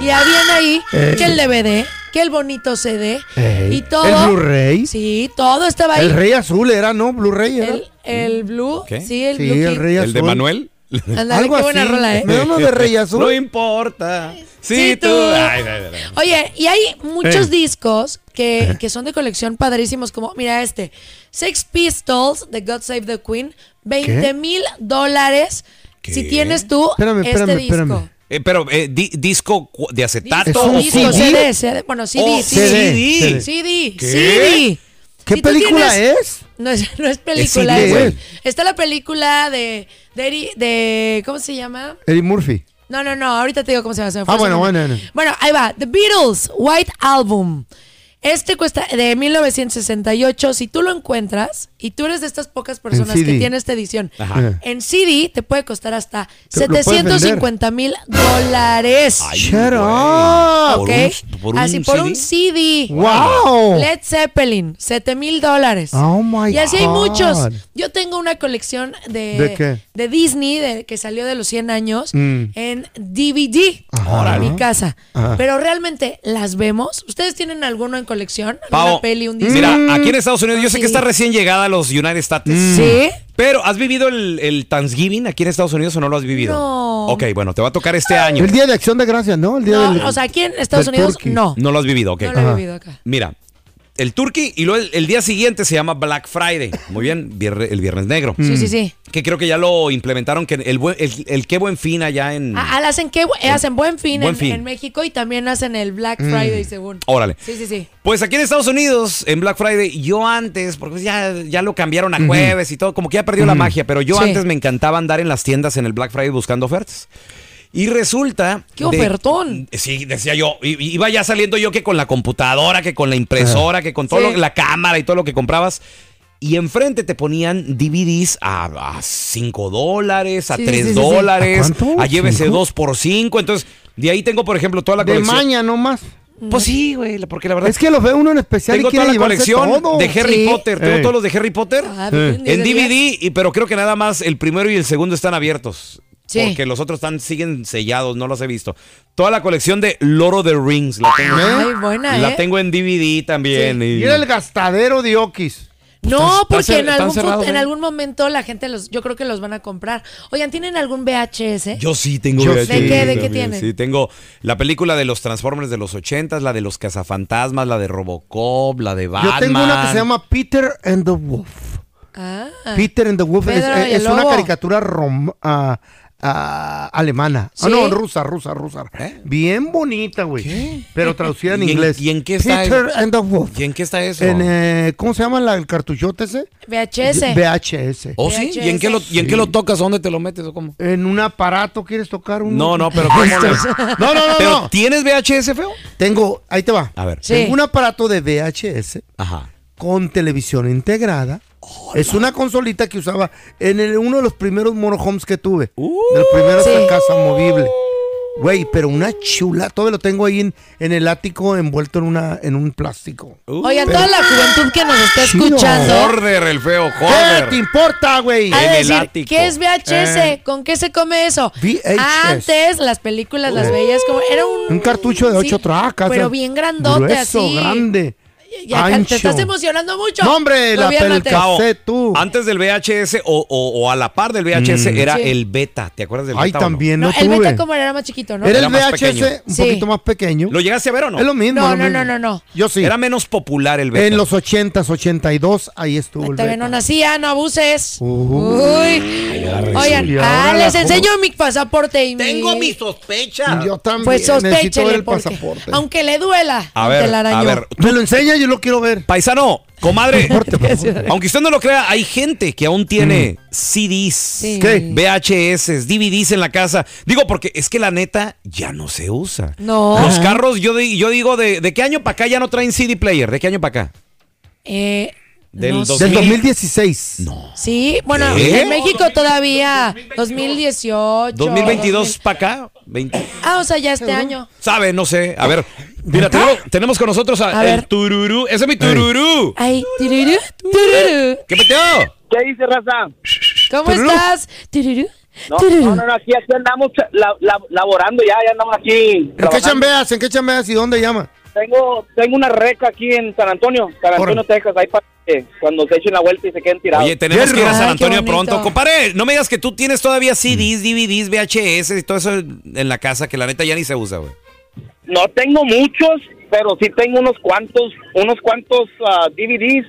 [SPEAKER 5] y habían ahí que el DVD, que el bonito CD
[SPEAKER 4] Ey.
[SPEAKER 5] y todo.
[SPEAKER 4] ¿El Blu-ray?
[SPEAKER 5] Sí, todo estaba ahí.
[SPEAKER 4] El Rey Azul era, ¿no? Blu-ray era.
[SPEAKER 5] el, el Blue,
[SPEAKER 2] ¿Qué?
[SPEAKER 5] sí, el
[SPEAKER 4] sí,
[SPEAKER 5] Blue
[SPEAKER 4] el
[SPEAKER 5] King.
[SPEAKER 4] Rey Azul.
[SPEAKER 2] ¿El de Manuel?
[SPEAKER 5] Ándale, qué buena rola, ¿eh?
[SPEAKER 4] Me da uno de Rey Azul.
[SPEAKER 2] No importa. Sí,
[SPEAKER 5] Sí,
[SPEAKER 2] tú.
[SPEAKER 5] tú.
[SPEAKER 2] Ay, ay, ay, ay.
[SPEAKER 5] Oye, y hay muchos
[SPEAKER 4] Eh.
[SPEAKER 5] discos que, que son de colección padrísimos, como, mira este, Sex Pistols de God Save the Queen, 20 mil dólares si tienes tú
[SPEAKER 4] Espérame,
[SPEAKER 5] este
[SPEAKER 4] espérame,
[SPEAKER 5] disco.
[SPEAKER 4] espérame.
[SPEAKER 2] Eh, pero, eh, di- ¿disco cu- de acetato
[SPEAKER 4] un
[SPEAKER 2] o
[SPEAKER 5] disco,
[SPEAKER 4] CD?
[SPEAKER 5] CD, CD, Eh, bueno, CD,
[SPEAKER 2] Oh,
[SPEAKER 5] CD,
[SPEAKER 2] CD.
[SPEAKER 5] CD, CD.
[SPEAKER 4] <laughs> ¿Qué
[SPEAKER 5] Si tú
[SPEAKER 4] película
[SPEAKER 5] tienes-
[SPEAKER 4] es?
[SPEAKER 5] No es, no es película,
[SPEAKER 4] CD,
[SPEAKER 5] es-
[SPEAKER 4] güey.
[SPEAKER 5] Está la película de, de, Eri- de, ¿cómo se llama?
[SPEAKER 4] Eddie Murphy.
[SPEAKER 5] No, no, no, ahorita te digo cómo se llama. se me fue
[SPEAKER 4] Ah,
[SPEAKER 5] el
[SPEAKER 4] bueno,
[SPEAKER 5] nombre.
[SPEAKER 4] bueno, bueno.
[SPEAKER 5] Bueno, ahí va. The Beatles, White Album. Este cuesta de 1968. Si tú lo encuentras y tú eres de estas pocas personas que
[SPEAKER 4] CD.
[SPEAKER 5] tiene esta edición,
[SPEAKER 4] Ajá.
[SPEAKER 5] en CD te puede costar hasta
[SPEAKER 4] Ah. Te lo puedes vender.
[SPEAKER 5] 750 mil dólares.
[SPEAKER 4] Shut
[SPEAKER 2] güey.
[SPEAKER 4] up.
[SPEAKER 5] ¿Ok?
[SPEAKER 2] por un- por un
[SPEAKER 5] así por un CD.
[SPEAKER 4] ¡Wow!
[SPEAKER 5] Led Zeppelin, 7 mil dólares.
[SPEAKER 4] Oh, my
[SPEAKER 5] Y así hay
[SPEAKER 4] God.
[SPEAKER 5] muchos. Yo tengo una colección de,
[SPEAKER 4] ¿De qué?
[SPEAKER 5] de Disney de- que salió de los 100 años
[SPEAKER 4] Mm.
[SPEAKER 5] en DVD
[SPEAKER 4] Ajá.
[SPEAKER 5] en mi casa.
[SPEAKER 2] Ah.
[SPEAKER 4] Ajá.
[SPEAKER 5] Pero realmente las vemos. ¿Ustedes tienen alguno en colección? ¿Alguna
[SPEAKER 2] Pao,
[SPEAKER 5] peli, un Mm. Disney?
[SPEAKER 2] mira, aquí en Estados Unidos, yo sé
[SPEAKER 5] Sí. Mm.
[SPEAKER 2] que está recién llegada a los United States.
[SPEAKER 5] Sí.
[SPEAKER 2] Pero, ¿has vivido el, el Thanksgiving aquí en Estados Unidos o no lo has vivido?
[SPEAKER 5] No.
[SPEAKER 2] Ok, bueno, te va a tocar este año.
[SPEAKER 4] El Día de Acción de Gracias, ¿no? El día
[SPEAKER 5] No,
[SPEAKER 4] del-
[SPEAKER 5] o sea, aquí en Estados
[SPEAKER 4] del
[SPEAKER 5] Unidos
[SPEAKER 4] turkey.
[SPEAKER 5] no.
[SPEAKER 2] No lo has vivido, ok.
[SPEAKER 5] No lo he vivido acá.
[SPEAKER 2] Mira, el turkey y luego el, el día siguiente se llama Black Friday. Muy bien, vierre- el viernes negro.
[SPEAKER 5] Sí, sí, sí.
[SPEAKER 2] Que creo que ya lo implementaron, que el, buen- el, el qué buen fin allá en...
[SPEAKER 5] Ah, ah, hacen, qué bu- eh, hacen buen fin,
[SPEAKER 2] Buen
[SPEAKER 5] en,
[SPEAKER 2] Fin.
[SPEAKER 5] en México y también hacen el Black Friday,
[SPEAKER 2] Mm.
[SPEAKER 5] según.
[SPEAKER 2] Órale.
[SPEAKER 5] Sí, sí, sí.
[SPEAKER 2] Pues aquí en Estados Unidos, en Black Friday, yo antes, porque ya, ya lo cambiaron a jueves y todo, como que ya perdió la
[SPEAKER 10] Ujú.
[SPEAKER 2] magia, pero yo
[SPEAKER 10] Sí.
[SPEAKER 2] antes me encantaba andar en las tiendas en el Black Friday buscando ofertas. Y resulta...
[SPEAKER 5] ¡Qué
[SPEAKER 2] de-
[SPEAKER 5] ofertón!
[SPEAKER 2] Sí, decía yo, i- i- iba ya saliendo yo que con la computadora, que con la impresora, que con todo
[SPEAKER 5] Sí.
[SPEAKER 2] lo- la cámara y todo lo que comprabas. Y enfrente te ponían DVDs a, a 5 dólares, a
[SPEAKER 4] Sí,
[SPEAKER 2] 3
[SPEAKER 4] sí, sí, sí.
[SPEAKER 2] dólares,
[SPEAKER 4] ¿A cuánto?
[SPEAKER 2] a llévese
[SPEAKER 4] ¿Cinco?
[SPEAKER 2] 2 por 5. Entonces, de ahí tengo, por ejemplo, toda la
[SPEAKER 4] De
[SPEAKER 2] colección.
[SPEAKER 4] maña nomás.
[SPEAKER 2] Pues sí, güey, porque la verdad
[SPEAKER 4] Es que los ve uno en especial
[SPEAKER 2] Tengo
[SPEAKER 4] y quiere
[SPEAKER 2] toda la
[SPEAKER 4] llevarse
[SPEAKER 2] colección
[SPEAKER 4] todo.
[SPEAKER 2] de Harry
[SPEAKER 4] Sí.
[SPEAKER 2] Potter. Tengo
[SPEAKER 4] Eh.
[SPEAKER 2] todos los de Harry Potter
[SPEAKER 5] Ah,
[SPEAKER 4] bien,
[SPEAKER 2] en
[SPEAKER 4] diez de
[SPEAKER 2] DVD, y, pero creo que nada más el primero y el segundo están abiertos.
[SPEAKER 5] Sí.
[SPEAKER 2] Porque los otros están, siguen sellados, no los he visto. Toda la colección de Loro de Rings la tengo.
[SPEAKER 5] Ay, buena,
[SPEAKER 2] la
[SPEAKER 5] ¿eh?
[SPEAKER 2] tengo en DVD también. y-
[SPEAKER 4] Mira el gastadero de Okis.
[SPEAKER 5] No,
[SPEAKER 2] Pues Están-
[SPEAKER 5] porque
[SPEAKER 2] están
[SPEAKER 5] en algún,
[SPEAKER 2] cer- están
[SPEAKER 5] pu-
[SPEAKER 2] cerrados,
[SPEAKER 5] en
[SPEAKER 2] ¿eh?
[SPEAKER 5] algún momento la gente los, yo creo que los van a comprar. Oigan, ¿tienen algún VHS?
[SPEAKER 2] Yo sí tengo
[SPEAKER 5] Yo
[SPEAKER 2] VHS
[SPEAKER 5] sí. ¿De qué- de qué
[SPEAKER 2] también,
[SPEAKER 5] tienen?
[SPEAKER 2] Sí, tengo la película de los Transformers de los 80 la de los cazafantasmas, la de Robocop, la de Batman.
[SPEAKER 4] Yo tengo una que se llama Peter and the Wolf.
[SPEAKER 5] Ah.
[SPEAKER 4] Peter and the Wolf es,
[SPEAKER 5] Pedro y
[SPEAKER 4] es
[SPEAKER 5] el
[SPEAKER 4] una
[SPEAKER 5] Lobo.
[SPEAKER 4] caricatura rom- ah, ah, alemana. Ah,
[SPEAKER 5] ¿Sí?
[SPEAKER 4] no, rusa, rusa, rusa.
[SPEAKER 2] ¿Eh?
[SPEAKER 4] Bien bonita, güey. Pero traducida en
[SPEAKER 2] ¿Y en-
[SPEAKER 4] inglés.
[SPEAKER 2] y en qué está
[SPEAKER 4] Peter
[SPEAKER 2] eso?
[SPEAKER 4] and the Wolf.
[SPEAKER 2] ¿Y en qué está eso?
[SPEAKER 4] En, eh, ¿Cómo se llama la- el cartuchote ese?
[SPEAKER 5] VHS.
[SPEAKER 4] VHS.
[SPEAKER 2] ¿Oh, sí? ¿Y en qué lo, y en qué lo tocas? ¿Dónde te lo metes o cómo?
[SPEAKER 4] ¿En un aparato quieres tocar uno?
[SPEAKER 2] No, no, pero ¿cómo <laughs>
[SPEAKER 4] no, no, no,
[SPEAKER 2] ¿Pero
[SPEAKER 4] no.
[SPEAKER 2] tienes VHS, feo?
[SPEAKER 4] Tengo, ahí te va.
[SPEAKER 2] A ver.
[SPEAKER 5] Sí.
[SPEAKER 4] Tengo un aparato de VHS
[SPEAKER 2] Ajá.
[SPEAKER 4] con televisión integrada. Es una consolita que usaba en el- uno de los primeros monohomes que tuve.
[SPEAKER 2] Uh.
[SPEAKER 4] de los primeros en
[SPEAKER 5] Sí.
[SPEAKER 4] casa movible. Güey, pero una chula. Todo lo tengo ahí en, en el ático envuelto en, una, en un plástico.
[SPEAKER 2] Uh.
[SPEAKER 5] Oigan,
[SPEAKER 4] Pero-
[SPEAKER 5] toda la juventud que nos está
[SPEAKER 4] Chido.
[SPEAKER 5] escuchando.
[SPEAKER 2] Horder, el feo,
[SPEAKER 4] ¿Qué te
[SPEAKER 2] Horder.
[SPEAKER 4] importa, güey?
[SPEAKER 5] ha de decir, ¿qué es VHS?
[SPEAKER 2] Eh.
[SPEAKER 4] Eh.
[SPEAKER 5] ¿Con qué se come eso?
[SPEAKER 4] VHS.
[SPEAKER 5] Antes las películas las
[SPEAKER 4] Oh.
[SPEAKER 5] veías como era un
[SPEAKER 4] Un cartucho de
[SPEAKER 5] Sí,
[SPEAKER 4] ocho tracas.
[SPEAKER 5] pero
[SPEAKER 4] o sea,
[SPEAKER 5] bien grandote,
[SPEAKER 4] grueso,
[SPEAKER 5] así.
[SPEAKER 4] grande.
[SPEAKER 5] Ya, ya,
[SPEAKER 4] ancho.
[SPEAKER 5] te estás emocionando mucho.
[SPEAKER 4] No, hombre, la
[SPEAKER 5] Gobiérnate.
[SPEAKER 4] pelca- sé tú.
[SPEAKER 2] Antes del VHS o, o- o a la par del VHS
[SPEAKER 4] Mm.
[SPEAKER 2] era
[SPEAKER 5] Sí.
[SPEAKER 2] el beta. ¿Te acuerdas del
[SPEAKER 4] Ay,
[SPEAKER 2] beta? o no?
[SPEAKER 4] también
[SPEAKER 5] No,
[SPEAKER 4] no,
[SPEAKER 5] el
[SPEAKER 4] tuve.
[SPEAKER 5] beta como era más chiquito, ¿no?
[SPEAKER 4] Era el
[SPEAKER 2] Era más
[SPEAKER 4] VHS un
[SPEAKER 5] Sí.
[SPEAKER 4] poquito más pequeño.
[SPEAKER 2] ¿Lo llegaste a ver o no?
[SPEAKER 4] Es lo mismo.
[SPEAKER 5] No,
[SPEAKER 4] lo
[SPEAKER 5] no,
[SPEAKER 4] mismo.
[SPEAKER 5] no, no, no.
[SPEAKER 4] Yo sí.
[SPEAKER 2] Era menos popular el beta.
[SPEAKER 4] En los 80s, 82, ahí estuvo. el
[SPEAKER 5] Todavía
[SPEAKER 4] beta.
[SPEAKER 5] no nacía, no abuses. Uy.
[SPEAKER 4] resulta. Y
[SPEAKER 5] Oigan, ah,
[SPEAKER 4] ahora
[SPEAKER 5] les
[SPEAKER 4] la
[SPEAKER 5] enseño mi pasaporte y
[SPEAKER 11] Tengo mi
[SPEAKER 5] mi...
[SPEAKER 11] sospecha.
[SPEAKER 4] Yo también
[SPEAKER 5] Pues
[SPEAKER 4] necesito ver
[SPEAKER 5] sospéchele,
[SPEAKER 4] el
[SPEAKER 5] porque
[SPEAKER 4] pasaporte.
[SPEAKER 5] aunque le duela,
[SPEAKER 2] A ver,
[SPEAKER 5] el
[SPEAKER 2] a
[SPEAKER 5] arañón.
[SPEAKER 2] ver.
[SPEAKER 4] Me lo enseña, yo lo quiero ver.
[SPEAKER 2] Paisano,
[SPEAKER 4] <laughs>
[SPEAKER 2] comadre,
[SPEAKER 4] Pasaporte, pasaporte.
[SPEAKER 2] <laughs> aunque usted no lo crea, hay gente que aún tiene CDs,
[SPEAKER 4] Mm. ¿Qué?
[SPEAKER 2] VHS, DVDs en la casa. Digo, porque es que la neta ya no se usa.
[SPEAKER 5] No.
[SPEAKER 2] Los carros, yo, di- yo digo, de, ¿de qué año para acá ya no traen CD player? ¿De qué año para acá?
[SPEAKER 5] Eh,
[SPEAKER 2] Del
[SPEAKER 5] no sé.
[SPEAKER 2] 2000.
[SPEAKER 4] Del 2016.
[SPEAKER 5] Sí, bueno,
[SPEAKER 2] ¿Qué?
[SPEAKER 5] en México todavía 2018.
[SPEAKER 2] 2022 para acá. 20.
[SPEAKER 5] Ah, o sea, ya este año.
[SPEAKER 2] Sabe, no sé. A ver, mira, tenemos, tenemos con nosotros a,
[SPEAKER 5] A
[SPEAKER 2] el
[SPEAKER 5] ver.
[SPEAKER 2] tururú. Ese es mi tururú.
[SPEAKER 5] Ay, tururú, tururú.
[SPEAKER 2] ¿Qué peteo?
[SPEAKER 6] ¿Qué dice, raza?
[SPEAKER 5] ¿Cómo estás? Tururú,
[SPEAKER 6] No,
[SPEAKER 5] tururú.
[SPEAKER 6] no, no, no, aquí, aquí andamos la- la- laborando ya, ya andamos aquí.
[SPEAKER 4] ¿En qué
[SPEAKER 6] trabajando.
[SPEAKER 4] chambeas? ¿En qué chambeas y dónde llama?
[SPEAKER 6] Tengo, tengo una reca aquí en San Antonio, San Antonio,
[SPEAKER 4] Órale.
[SPEAKER 6] Texas, ahí para que cuando se echen la vuelta y se queden tirados.
[SPEAKER 2] Oye, tenemos que ir a
[SPEAKER 5] Ay,
[SPEAKER 2] San
[SPEAKER 5] qué
[SPEAKER 2] Antonio
[SPEAKER 5] bonito.
[SPEAKER 2] pronto. Compare, no me digas que tú tienes todavía CDs, DVDs, VHS y todo eso en la casa que la neta ya ni se usa, güey.
[SPEAKER 6] No tengo muchos, pero sí tengo unos cuantos, unos cuantos ah, DVDs,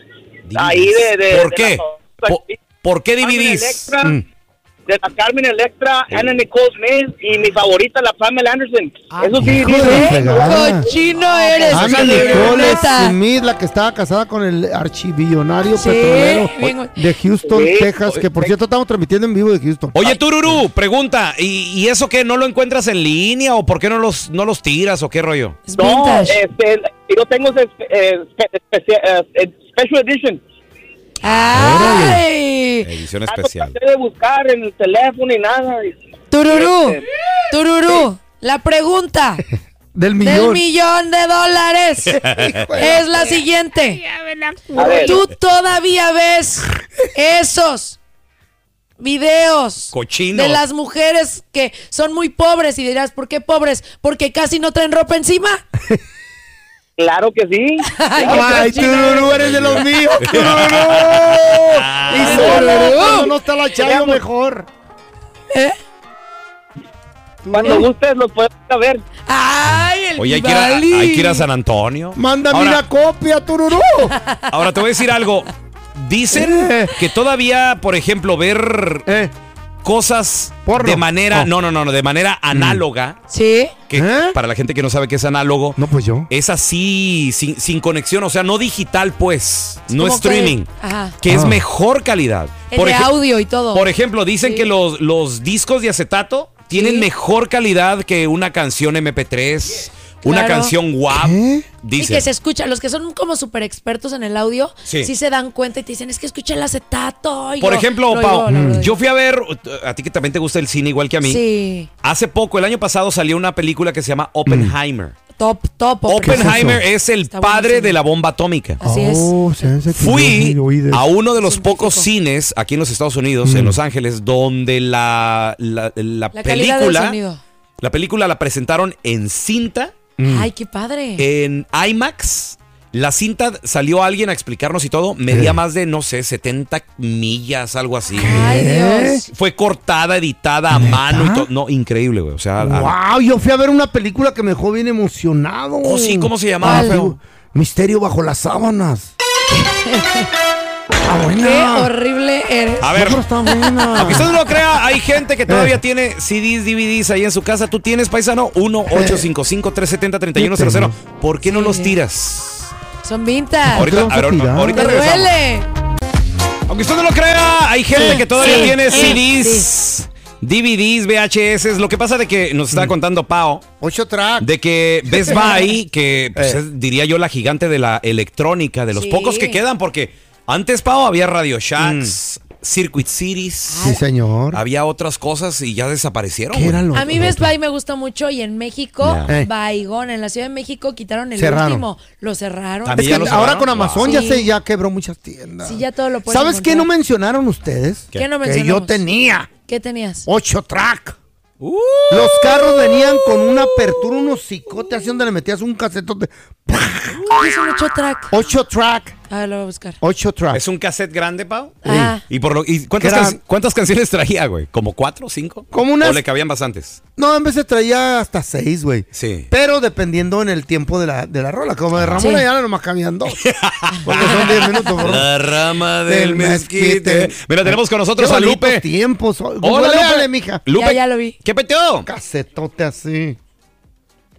[SPEAKER 6] ahí de... de
[SPEAKER 2] ¿Por
[SPEAKER 6] de
[SPEAKER 2] qué?
[SPEAKER 6] la-
[SPEAKER 2] ¿Por, por qué
[SPEAKER 6] Carmen
[SPEAKER 2] DVDs?
[SPEAKER 6] Electra, De la Carmen Electra, Anna Nicole Smith y mi favorita, la Pamela Anderson.
[SPEAKER 2] Ah,
[SPEAKER 6] Eso sí,
[SPEAKER 4] hijo de-
[SPEAKER 6] dice,
[SPEAKER 4] fregada.
[SPEAKER 5] Cochino eres.
[SPEAKER 4] Ana
[SPEAKER 5] hija de
[SPEAKER 4] Nicole
[SPEAKER 5] neta.
[SPEAKER 4] Smith, la que estaba casada con el archivillonario
[SPEAKER 5] Sí,
[SPEAKER 4] petrolero
[SPEAKER 5] bien-
[SPEAKER 4] de Houston,
[SPEAKER 6] Sí.
[SPEAKER 4] Texas, que
[SPEAKER 2] eh.
[SPEAKER 4] por cierto estamos transmitiendo en vivo de Houston.
[SPEAKER 2] Oye, Tururú, pregunta, ¿y, y eso qué? ¿No lo encuentras en línea o por qué no los, no los tiras o qué rollo?
[SPEAKER 5] Es
[SPEAKER 6] No,
[SPEAKER 5] vintage.
[SPEAKER 6] este, yo tengo ese espe- eh, espe- especia- eh, special edition.
[SPEAKER 5] Ay.
[SPEAKER 2] Edición
[SPEAKER 6] Tanto
[SPEAKER 2] especial.
[SPEAKER 6] traté de buscar en el teléfono y nada. y- este,
[SPEAKER 5] Tururú, tururú. La pregunta
[SPEAKER 4] del millón.
[SPEAKER 5] del millón de dólares es la siguiente.
[SPEAKER 6] A ver,
[SPEAKER 5] ¿Tú todavía ves esos videos
[SPEAKER 2] Cochinos.
[SPEAKER 5] de las mujeres que son muy pobres y dirás, ¿por qué pobres? Porque casi no traen ropa encima.
[SPEAKER 6] claro que
[SPEAKER 5] <laughs>
[SPEAKER 6] sí.
[SPEAKER 4] Ay, tú eres de los míos. Tururú. Y solo,
[SPEAKER 5] Tururú.
[SPEAKER 4] cuando no está la chayo mejor.
[SPEAKER 5] ¿Eh?
[SPEAKER 6] Cuando gustes lo puedes ir a ver.
[SPEAKER 5] ¡Ay, el
[SPEAKER 2] Oye, hay que, ir a,
[SPEAKER 5] Kibali.
[SPEAKER 2] hay que ir a San Antonio.
[SPEAKER 4] Mándame
[SPEAKER 2] Ahora-
[SPEAKER 4] una copia, tururú.
[SPEAKER 2] Ahora te voy a decir algo.
[SPEAKER 4] Eh.
[SPEAKER 2] Dicen que todavía, por ejemplo, ver cosas de manera,
[SPEAKER 4] Oh.
[SPEAKER 2] no, no, no, no, de manera
[SPEAKER 4] Mm.
[SPEAKER 2] análoga.
[SPEAKER 5] Sí.
[SPEAKER 2] Que para la gente que no sabe qué es análogo.
[SPEAKER 4] ¿Eh? No, pues yo.
[SPEAKER 2] Es así, sin, sin conexión, o sea, no digital, pues. no
[SPEAKER 5] Como que-
[SPEAKER 2] streaming.
[SPEAKER 5] ajá.
[SPEAKER 2] Que,
[SPEAKER 4] Ah.
[SPEAKER 2] es mejor calidad.
[SPEAKER 5] El de
[SPEAKER 2] ej-
[SPEAKER 5] audio y todo.
[SPEAKER 2] Por ejemplo, dicen que los, los discos de acetato tienen mejor calidad que una canción MP3, una
[SPEAKER 5] Claro.
[SPEAKER 2] canción WAP.
[SPEAKER 5] Y
[SPEAKER 2] Dicen.
[SPEAKER 5] que se escucha, los que son como súper expertos en el audio, sí.
[SPEAKER 2] Sí.
[SPEAKER 5] se dan cuenta y te dicen, es que escucha el acetato. y
[SPEAKER 2] Por
[SPEAKER 5] lo-
[SPEAKER 2] ejemplo,
[SPEAKER 5] lo
[SPEAKER 2] Pau, mm,
[SPEAKER 5] oigo, lo oigo.
[SPEAKER 2] yo fui a ver, a ti que también te gusta el cine igual que a mí.
[SPEAKER 5] Sí,
[SPEAKER 2] Hace poco, el año pasado, salió una película que se llama Oppenheimer.
[SPEAKER 5] top, top.
[SPEAKER 2] Oppenheimer es, el padre de la bomba atómica.
[SPEAKER 5] <laughs> Así es.
[SPEAKER 4] Oh,
[SPEAKER 2] Fui a uno de los pocos cines aquí en los Estados Unidos, en Los Ángeles, donde la, la, la
[SPEAKER 5] La calidad del
[SPEAKER 2] película
[SPEAKER 5] sonido.
[SPEAKER 2] la película la presentaron en cinta,
[SPEAKER 5] Ay, qué padre.
[SPEAKER 2] en IMAX. La cinta salió alguien a explicarnos y todo, medía más de, no sé, 70 millas, algo así.
[SPEAKER 5] Ay, Dios.
[SPEAKER 2] Fue cortada, editada a mano y todo. No, increíble, güey. O sea, a-
[SPEAKER 4] Wow, yo fui a ver una película que me dejó bien emocionado.
[SPEAKER 2] Oh, sí, ¿cómo se llamaba,
[SPEAKER 4] Ah,
[SPEAKER 2] feo?
[SPEAKER 4] Misterio bajo las sábanas. Ah, buena.
[SPEAKER 5] <laughs> Qué horrible er-. eres.
[SPEAKER 2] A ver.
[SPEAKER 4] No, pero está buena. Eh.
[SPEAKER 2] <laughs> Aunque usted no lo crea, hay gente que todavía tiene CDs, DVDs ahí en su casa. ¿Tú tienes, paisano? 1-855-370-3100. ¿Por qué no los tiras?
[SPEAKER 5] Son vintage.
[SPEAKER 2] Ahorita- Te vas a ahora- tirar. ahorita
[SPEAKER 5] Me
[SPEAKER 2] regresamos.
[SPEAKER 5] duele.
[SPEAKER 2] Aunque usted no lo crea, hay gente
[SPEAKER 5] Sí,
[SPEAKER 2] que todavía
[SPEAKER 5] sí,
[SPEAKER 2] tiene
[SPEAKER 5] sí,
[SPEAKER 2] CDs, DVDs, VHS. Lo que pasa de que nos estaba contando Pao.
[SPEAKER 4] Mm. Ocho tracks. Eh.
[SPEAKER 2] De que
[SPEAKER 4] <laughs>
[SPEAKER 2] Best Buy, que pues, es, diría yo la gigante de la electrónica, de los
[SPEAKER 5] Sí.
[SPEAKER 2] pocos que quedan, porque antes, Pao, había Radio Shacks, Circuit Cities.
[SPEAKER 4] Mm. Sí, señor.
[SPEAKER 2] Había otras cosas y ya desaparecieron.
[SPEAKER 4] ¿Qué
[SPEAKER 2] güey.
[SPEAKER 4] era lo
[SPEAKER 5] A mí Best Buy me gusta mucho y en México,
[SPEAKER 2] Ya. Eh.
[SPEAKER 5] Baigón, en la Ciudad de México quitaron el
[SPEAKER 4] Cerraron.
[SPEAKER 5] último. Lo cerraron.
[SPEAKER 4] Es que ahora con Amazon ya
[SPEAKER 5] Sí.
[SPEAKER 4] se ya quebró muchas tiendas.
[SPEAKER 5] Sí, ya todo lo puedes
[SPEAKER 4] ¿Sabes qué no
[SPEAKER 5] encontrar.
[SPEAKER 4] mencionaron ustedes?
[SPEAKER 5] ¿Qué no
[SPEAKER 4] Que yo
[SPEAKER 5] mencionamos?
[SPEAKER 4] tenía
[SPEAKER 5] ¿Qué tenías?
[SPEAKER 4] ocho track.
[SPEAKER 2] Uh.
[SPEAKER 4] Los carros venían con una apertura, unos cicotes así donde le metías un casetote.
[SPEAKER 5] ¿Qué es un 8 track?
[SPEAKER 4] Ocho track.
[SPEAKER 5] A ver, lo voy a buscar.
[SPEAKER 4] Ocho track.
[SPEAKER 2] ¿Es un cassette grande, Pau?
[SPEAKER 5] Ah.
[SPEAKER 2] ¿Y, por lo, y cuántas,
[SPEAKER 4] Que era-
[SPEAKER 2] can- cuántas canciones traía, güey? ¿Como cuatro, cinco?
[SPEAKER 4] Como unas-
[SPEAKER 2] ¿O le cabían bastantes?
[SPEAKER 4] No, en vez se traía hasta seis, güey.
[SPEAKER 2] Sí.
[SPEAKER 4] Pero dependiendo en el tiempo de la, de la rola. Como de Ramón
[SPEAKER 5] Sí.
[SPEAKER 4] Ayala nomás cabían dos. Porque son diez minutos, bro.
[SPEAKER 2] <laughs> La rama del
[SPEAKER 4] Del mezquite.
[SPEAKER 2] mezquite. Mira, tenemos con nosotros
[SPEAKER 4] Qué
[SPEAKER 2] a
[SPEAKER 4] bonitos
[SPEAKER 2] Lupe.
[SPEAKER 4] tiempos. Hola,
[SPEAKER 2] Hola,
[SPEAKER 4] Lupe.
[SPEAKER 2] Lupe.
[SPEAKER 4] mija.
[SPEAKER 2] Lupe,
[SPEAKER 5] Ya, ya lo vi.
[SPEAKER 2] ¿qué peteó?
[SPEAKER 4] Casetote así.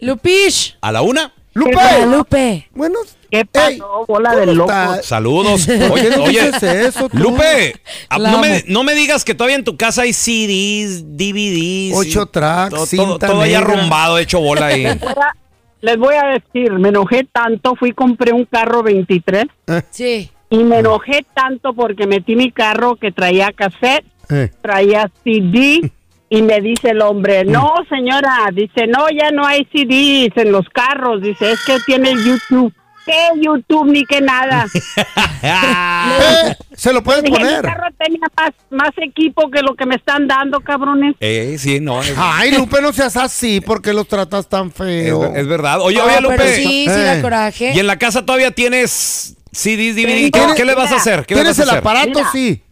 [SPEAKER 5] Lupish.
[SPEAKER 2] A la una.
[SPEAKER 4] Lupe.
[SPEAKER 5] Hola, Lupe.
[SPEAKER 4] Buenos.
[SPEAKER 6] ¿Qué
[SPEAKER 4] Ey,
[SPEAKER 6] pasó, bola de
[SPEAKER 4] ¿cómo
[SPEAKER 6] locos?
[SPEAKER 4] estás? <laughs>
[SPEAKER 2] Saludos.
[SPEAKER 4] ¿Por qué
[SPEAKER 2] Oye,
[SPEAKER 4] no
[SPEAKER 2] oye.
[SPEAKER 4] dices eso, tú?
[SPEAKER 2] Lupe, a-
[SPEAKER 5] La
[SPEAKER 2] no
[SPEAKER 5] amo.
[SPEAKER 2] me, no me digas que todavía en tu casa hay CDs, DVDs.
[SPEAKER 4] Ocho
[SPEAKER 2] y
[SPEAKER 4] tracks,
[SPEAKER 2] todo- Todo,
[SPEAKER 4] cinta
[SPEAKER 2] todo ahí
[SPEAKER 4] negra.
[SPEAKER 2] arrumbado, hecho bola
[SPEAKER 6] <laughs>
[SPEAKER 2] ahí.
[SPEAKER 4] <laughs>
[SPEAKER 6] Ahora, Les voy a decir, me enojé tanto, fui y compré un
[SPEAKER 4] <laughs>
[SPEAKER 6] carro 23
[SPEAKER 5] Sí.
[SPEAKER 6] y me enojé tanto porque metí mi carro que traía cassette,
[SPEAKER 4] Eh.
[SPEAKER 6] traía CD y me dice el hombre, no señora, dice, no, ya no hay CDs en los carros, dice, es que tiene YouTube. ¿Qué YouTube ni qué nada?
[SPEAKER 2] Ah.
[SPEAKER 4] Eh, se lo <laughs> puedes
[SPEAKER 6] Dije, mi <laughs>
[SPEAKER 4] poner.
[SPEAKER 6] carro tenía más, más equipo que lo que me están dando, cabrones.
[SPEAKER 2] eh, sí, no. Es,
[SPEAKER 4] Ay, Lupe, no seas así porque los tratas tan
[SPEAKER 2] es-
[SPEAKER 4] feo.
[SPEAKER 2] es verdad. Oye,
[SPEAKER 5] Ah,
[SPEAKER 2] oye,
[SPEAKER 5] pero
[SPEAKER 2] Lupe.
[SPEAKER 5] sí, sí da
[SPEAKER 4] Eh.
[SPEAKER 5] coraje.
[SPEAKER 2] Y en la casa todavía tienes CDs, DVD. ¿Qué,
[SPEAKER 6] Tengo-
[SPEAKER 2] qué le vas a hacer? ¿Qué le
[SPEAKER 4] Tienes
[SPEAKER 2] vas a
[SPEAKER 4] el
[SPEAKER 2] hacer?
[SPEAKER 4] aparato,
[SPEAKER 6] Mira.
[SPEAKER 4] sí.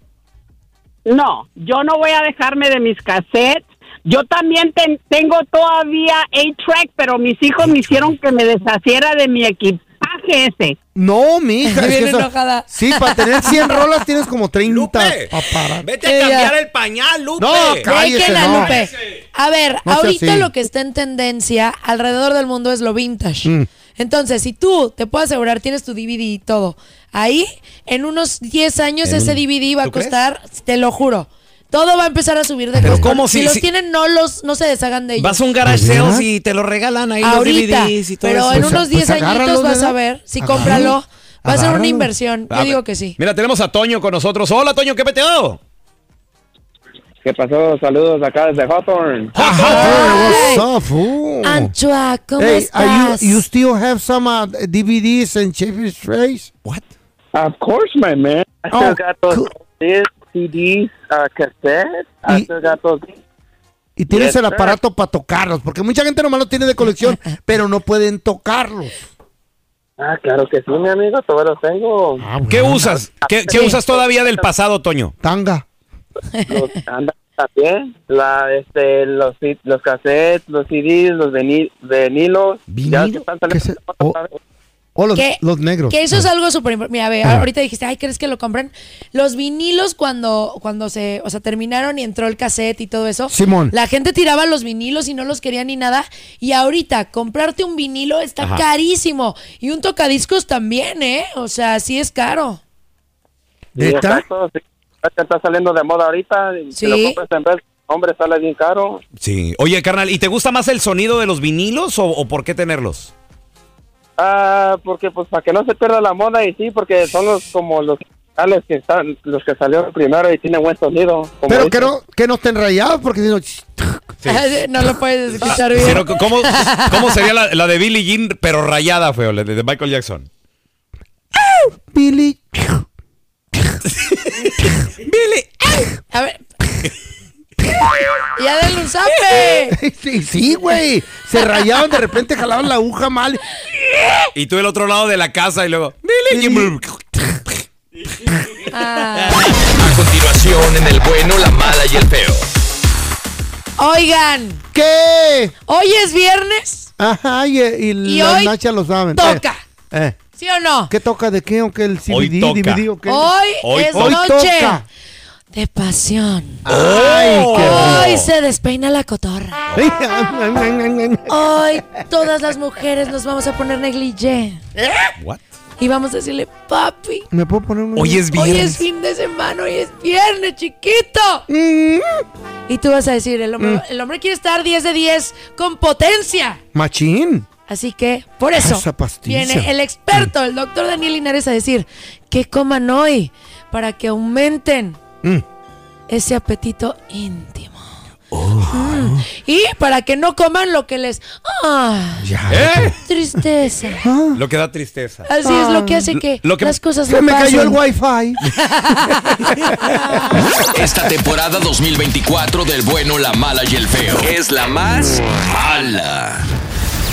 [SPEAKER 6] No, yo no voy a dejarme de mis cassettes. Yo también ten- tengo todavía A-Track, pero mis hijos me hicieron que me deshaciera de mi equipaje ese.
[SPEAKER 4] No,
[SPEAKER 5] <laughs>
[SPEAKER 4] mija.
[SPEAKER 5] Viene enojada.
[SPEAKER 4] Sí, para tener
[SPEAKER 2] <laughs>
[SPEAKER 4] 100 rolas tienes como 30
[SPEAKER 2] Lupe,
[SPEAKER 4] aparatos.
[SPEAKER 2] vete a cambiar
[SPEAKER 5] Ella.
[SPEAKER 2] el pañal, Lupe.
[SPEAKER 4] No, ca- Cállese,
[SPEAKER 5] Dejen a
[SPEAKER 4] no.
[SPEAKER 5] Lupe. A ver,
[SPEAKER 4] No sea
[SPEAKER 5] ahorita
[SPEAKER 4] así.
[SPEAKER 5] lo que está en tendencia alrededor del mundo es lo vintage.
[SPEAKER 4] Mm.
[SPEAKER 5] Entonces, si tú te puedo asegurar, tienes tu DVD y todo. Ahí, en unos 10 años,
[SPEAKER 2] En
[SPEAKER 5] ese
[SPEAKER 2] un-
[SPEAKER 5] DVD va a
[SPEAKER 2] ¿Tú crees?
[SPEAKER 5] costar, te lo juro. Todo va a empezar a subir de
[SPEAKER 2] Pero
[SPEAKER 5] costo.
[SPEAKER 2] ¿cómo
[SPEAKER 5] si,
[SPEAKER 2] si-
[SPEAKER 5] los
[SPEAKER 2] si-
[SPEAKER 5] tienen, no los no se deshagan de ellos.
[SPEAKER 2] Vas a un garage
[SPEAKER 4] ¿De
[SPEAKER 2] sales
[SPEAKER 4] veras?
[SPEAKER 2] y te lo regalan ahí
[SPEAKER 5] ahorita.
[SPEAKER 2] los DVDs y todo
[SPEAKER 5] pero
[SPEAKER 2] eso.
[SPEAKER 5] en
[SPEAKER 4] Pues,
[SPEAKER 5] unos
[SPEAKER 4] pues,
[SPEAKER 5] 10 añitos
[SPEAKER 4] agárralos,
[SPEAKER 5] vas a
[SPEAKER 4] ¿verdad?
[SPEAKER 5] ver. Si
[SPEAKER 4] Agárralos.
[SPEAKER 5] cómpralo, va a ser una
[SPEAKER 4] Agárralos.
[SPEAKER 5] inversión.
[SPEAKER 2] A
[SPEAKER 5] Yo
[SPEAKER 2] ver,
[SPEAKER 5] digo que sí.
[SPEAKER 2] Mira, tenemos a Toño con nosotros. Hola, Toño, ¿qué peteado?
[SPEAKER 10] ¿Qué pasó? Saludos acá desde
[SPEAKER 4] <laughs>
[SPEAKER 10] Hawthorne.
[SPEAKER 4] Ah, Hey, what's up, fool?
[SPEAKER 5] Anchoa, ¿cómo
[SPEAKER 4] Hey, are
[SPEAKER 5] estás?
[SPEAKER 4] you, you still have some uh, DVDs and Chevy Trace?
[SPEAKER 2] What?
[SPEAKER 10] Of course, my man. I still
[SPEAKER 4] Oh,
[SPEAKER 10] got those
[SPEAKER 4] cool.
[SPEAKER 10] CDs, CDs, uh, cassettes. I
[SPEAKER 4] Y-
[SPEAKER 10] still got those.
[SPEAKER 4] Y tienes
[SPEAKER 10] Yes,
[SPEAKER 4] el
[SPEAKER 10] sir.
[SPEAKER 4] aparato para tocarlos, porque mucha gente nomás lo tiene de
[SPEAKER 5] <laughs>
[SPEAKER 4] colección, pero no pueden tocarlos.
[SPEAKER 10] Ah, claro que sí, mi amigo. Todavía los tengo.
[SPEAKER 4] Ah,
[SPEAKER 2] ¿Qué usas? ¿Qué, qué usas todavía del pasado, Toño?
[SPEAKER 4] Tanga.
[SPEAKER 10] Los- anda- También, la, este, los, ci- los cassettes, los CDs, los veni- vinilos. Ya se están saliendo otra vez.
[SPEAKER 4] O los,
[SPEAKER 5] ¿Qué?
[SPEAKER 4] los negros. Ah.
[SPEAKER 5] Que eso es algo súper importante. Mira, a ver,
[SPEAKER 4] Ajá.
[SPEAKER 5] ahorita dijiste, ay, ¿crees que lo compren? Los vinilos cuando, cuando se, o sea, terminaron y entró el cassette y todo eso.
[SPEAKER 4] Simón.
[SPEAKER 5] La gente tiraba los vinilos y no los quería ni nada. Y ahorita, comprarte un vinilo está
[SPEAKER 2] Ajá.
[SPEAKER 5] carísimo. Y un tocadiscos también, ¿eh? O sea, sí es caro. <laughs>
[SPEAKER 10] Sí, exacto, sí. Ya se está saliendo de moda ahorita. y Si
[SPEAKER 5] Sí.
[SPEAKER 10] lo compras en vez, hombre, sale bien caro.
[SPEAKER 2] Sí. Oye, carnal, ¿y te gusta más el sonido de los vinilos o, o por qué tenerlos?
[SPEAKER 10] Ah, porque pues para que no se pierda la moda y sí, porque son los como los tales que están los que salieron primero y tienen buen sonido. como
[SPEAKER 4] Pero
[SPEAKER 10] dices.
[SPEAKER 4] que no, que no estén rayados porque si no...
[SPEAKER 5] <laughs> no lo puedes escuchar bien.
[SPEAKER 2] Pero, ¿cómo, cómo sería la, la de Billie Jean, pero rayada, feo, la de, de
[SPEAKER 5] <laughs>
[SPEAKER 2] Michael Jackson?
[SPEAKER 4] <laughs> Billy.
[SPEAKER 5] A ver. ¡Ya denle un zape!
[SPEAKER 4] <laughs> sí, sí, güey. Se rayaban, de repente jalaban la aguja mal.
[SPEAKER 2] Y tú el otro lado de la casa y luego... Billie Jean.
[SPEAKER 9] A continuación, en el bueno, la mala y el feo.
[SPEAKER 5] Oigan,
[SPEAKER 4] ¿Qué?
[SPEAKER 5] hoy es viernes,
[SPEAKER 4] Ajá, y, y
[SPEAKER 5] Y
[SPEAKER 4] las
[SPEAKER 5] hoy
[SPEAKER 4] nachas lo saben.
[SPEAKER 5] toca.
[SPEAKER 4] Eh, eh.
[SPEAKER 5] ¿sí o no?
[SPEAKER 4] ¿Qué toca de qué? ¿O qué? ¿El CBD?
[SPEAKER 2] Hoy toca.
[SPEAKER 4] DVD, o qué?
[SPEAKER 5] Hoy, es
[SPEAKER 4] Hoy
[SPEAKER 5] noche
[SPEAKER 4] toca.
[SPEAKER 5] de pasión.
[SPEAKER 4] Ay,
[SPEAKER 2] Oh.
[SPEAKER 4] qué
[SPEAKER 5] Hoy se despeina la cotorra.
[SPEAKER 4] <laughs> rico.
[SPEAKER 5] Hoy todas las mujeres nos vamos a poner negligé.
[SPEAKER 2] What?
[SPEAKER 5] Y vamos a decirle, papi,
[SPEAKER 4] ¿Me puedo poner un...
[SPEAKER 2] Hoy es
[SPEAKER 5] hoy es
[SPEAKER 2] viernes.
[SPEAKER 5] fin de semana, hoy es viernes, chiquito.
[SPEAKER 4] Mm.
[SPEAKER 5] Y tú vas a decir, el hombre, el hombre quiere estar 10 de 10 con potencia.
[SPEAKER 4] Machín.
[SPEAKER 5] Así que, por eso,
[SPEAKER 4] Ah, Esa pastilla.
[SPEAKER 5] viene el experto, el doctor Daniel Linares, a decir que coman hoy para que aumenten
[SPEAKER 4] Mm.
[SPEAKER 5] ese apetito íntimo. Mm. Y para que no coman lo que les... ¡Ah!
[SPEAKER 4] Ya.
[SPEAKER 2] ¿Eh?
[SPEAKER 5] Tristeza.
[SPEAKER 2] Lo que da tristeza.
[SPEAKER 5] Así es lo que hace que,
[SPEAKER 2] Lo que-
[SPEAKER 5] las cosas
[SPEAKER 4] Se
[SPEAKER 5] no
[SPEAKER 4] me cayó el
[SPEAKER 5] pasen.
[SPEAKER 4] wifi.
[SPEAKER 5] <laughs>
[SPEAKER 9] Esta temporada 2024 del bueno, la mala y el feo es la más mala.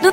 [SPEAKER 12] ¿No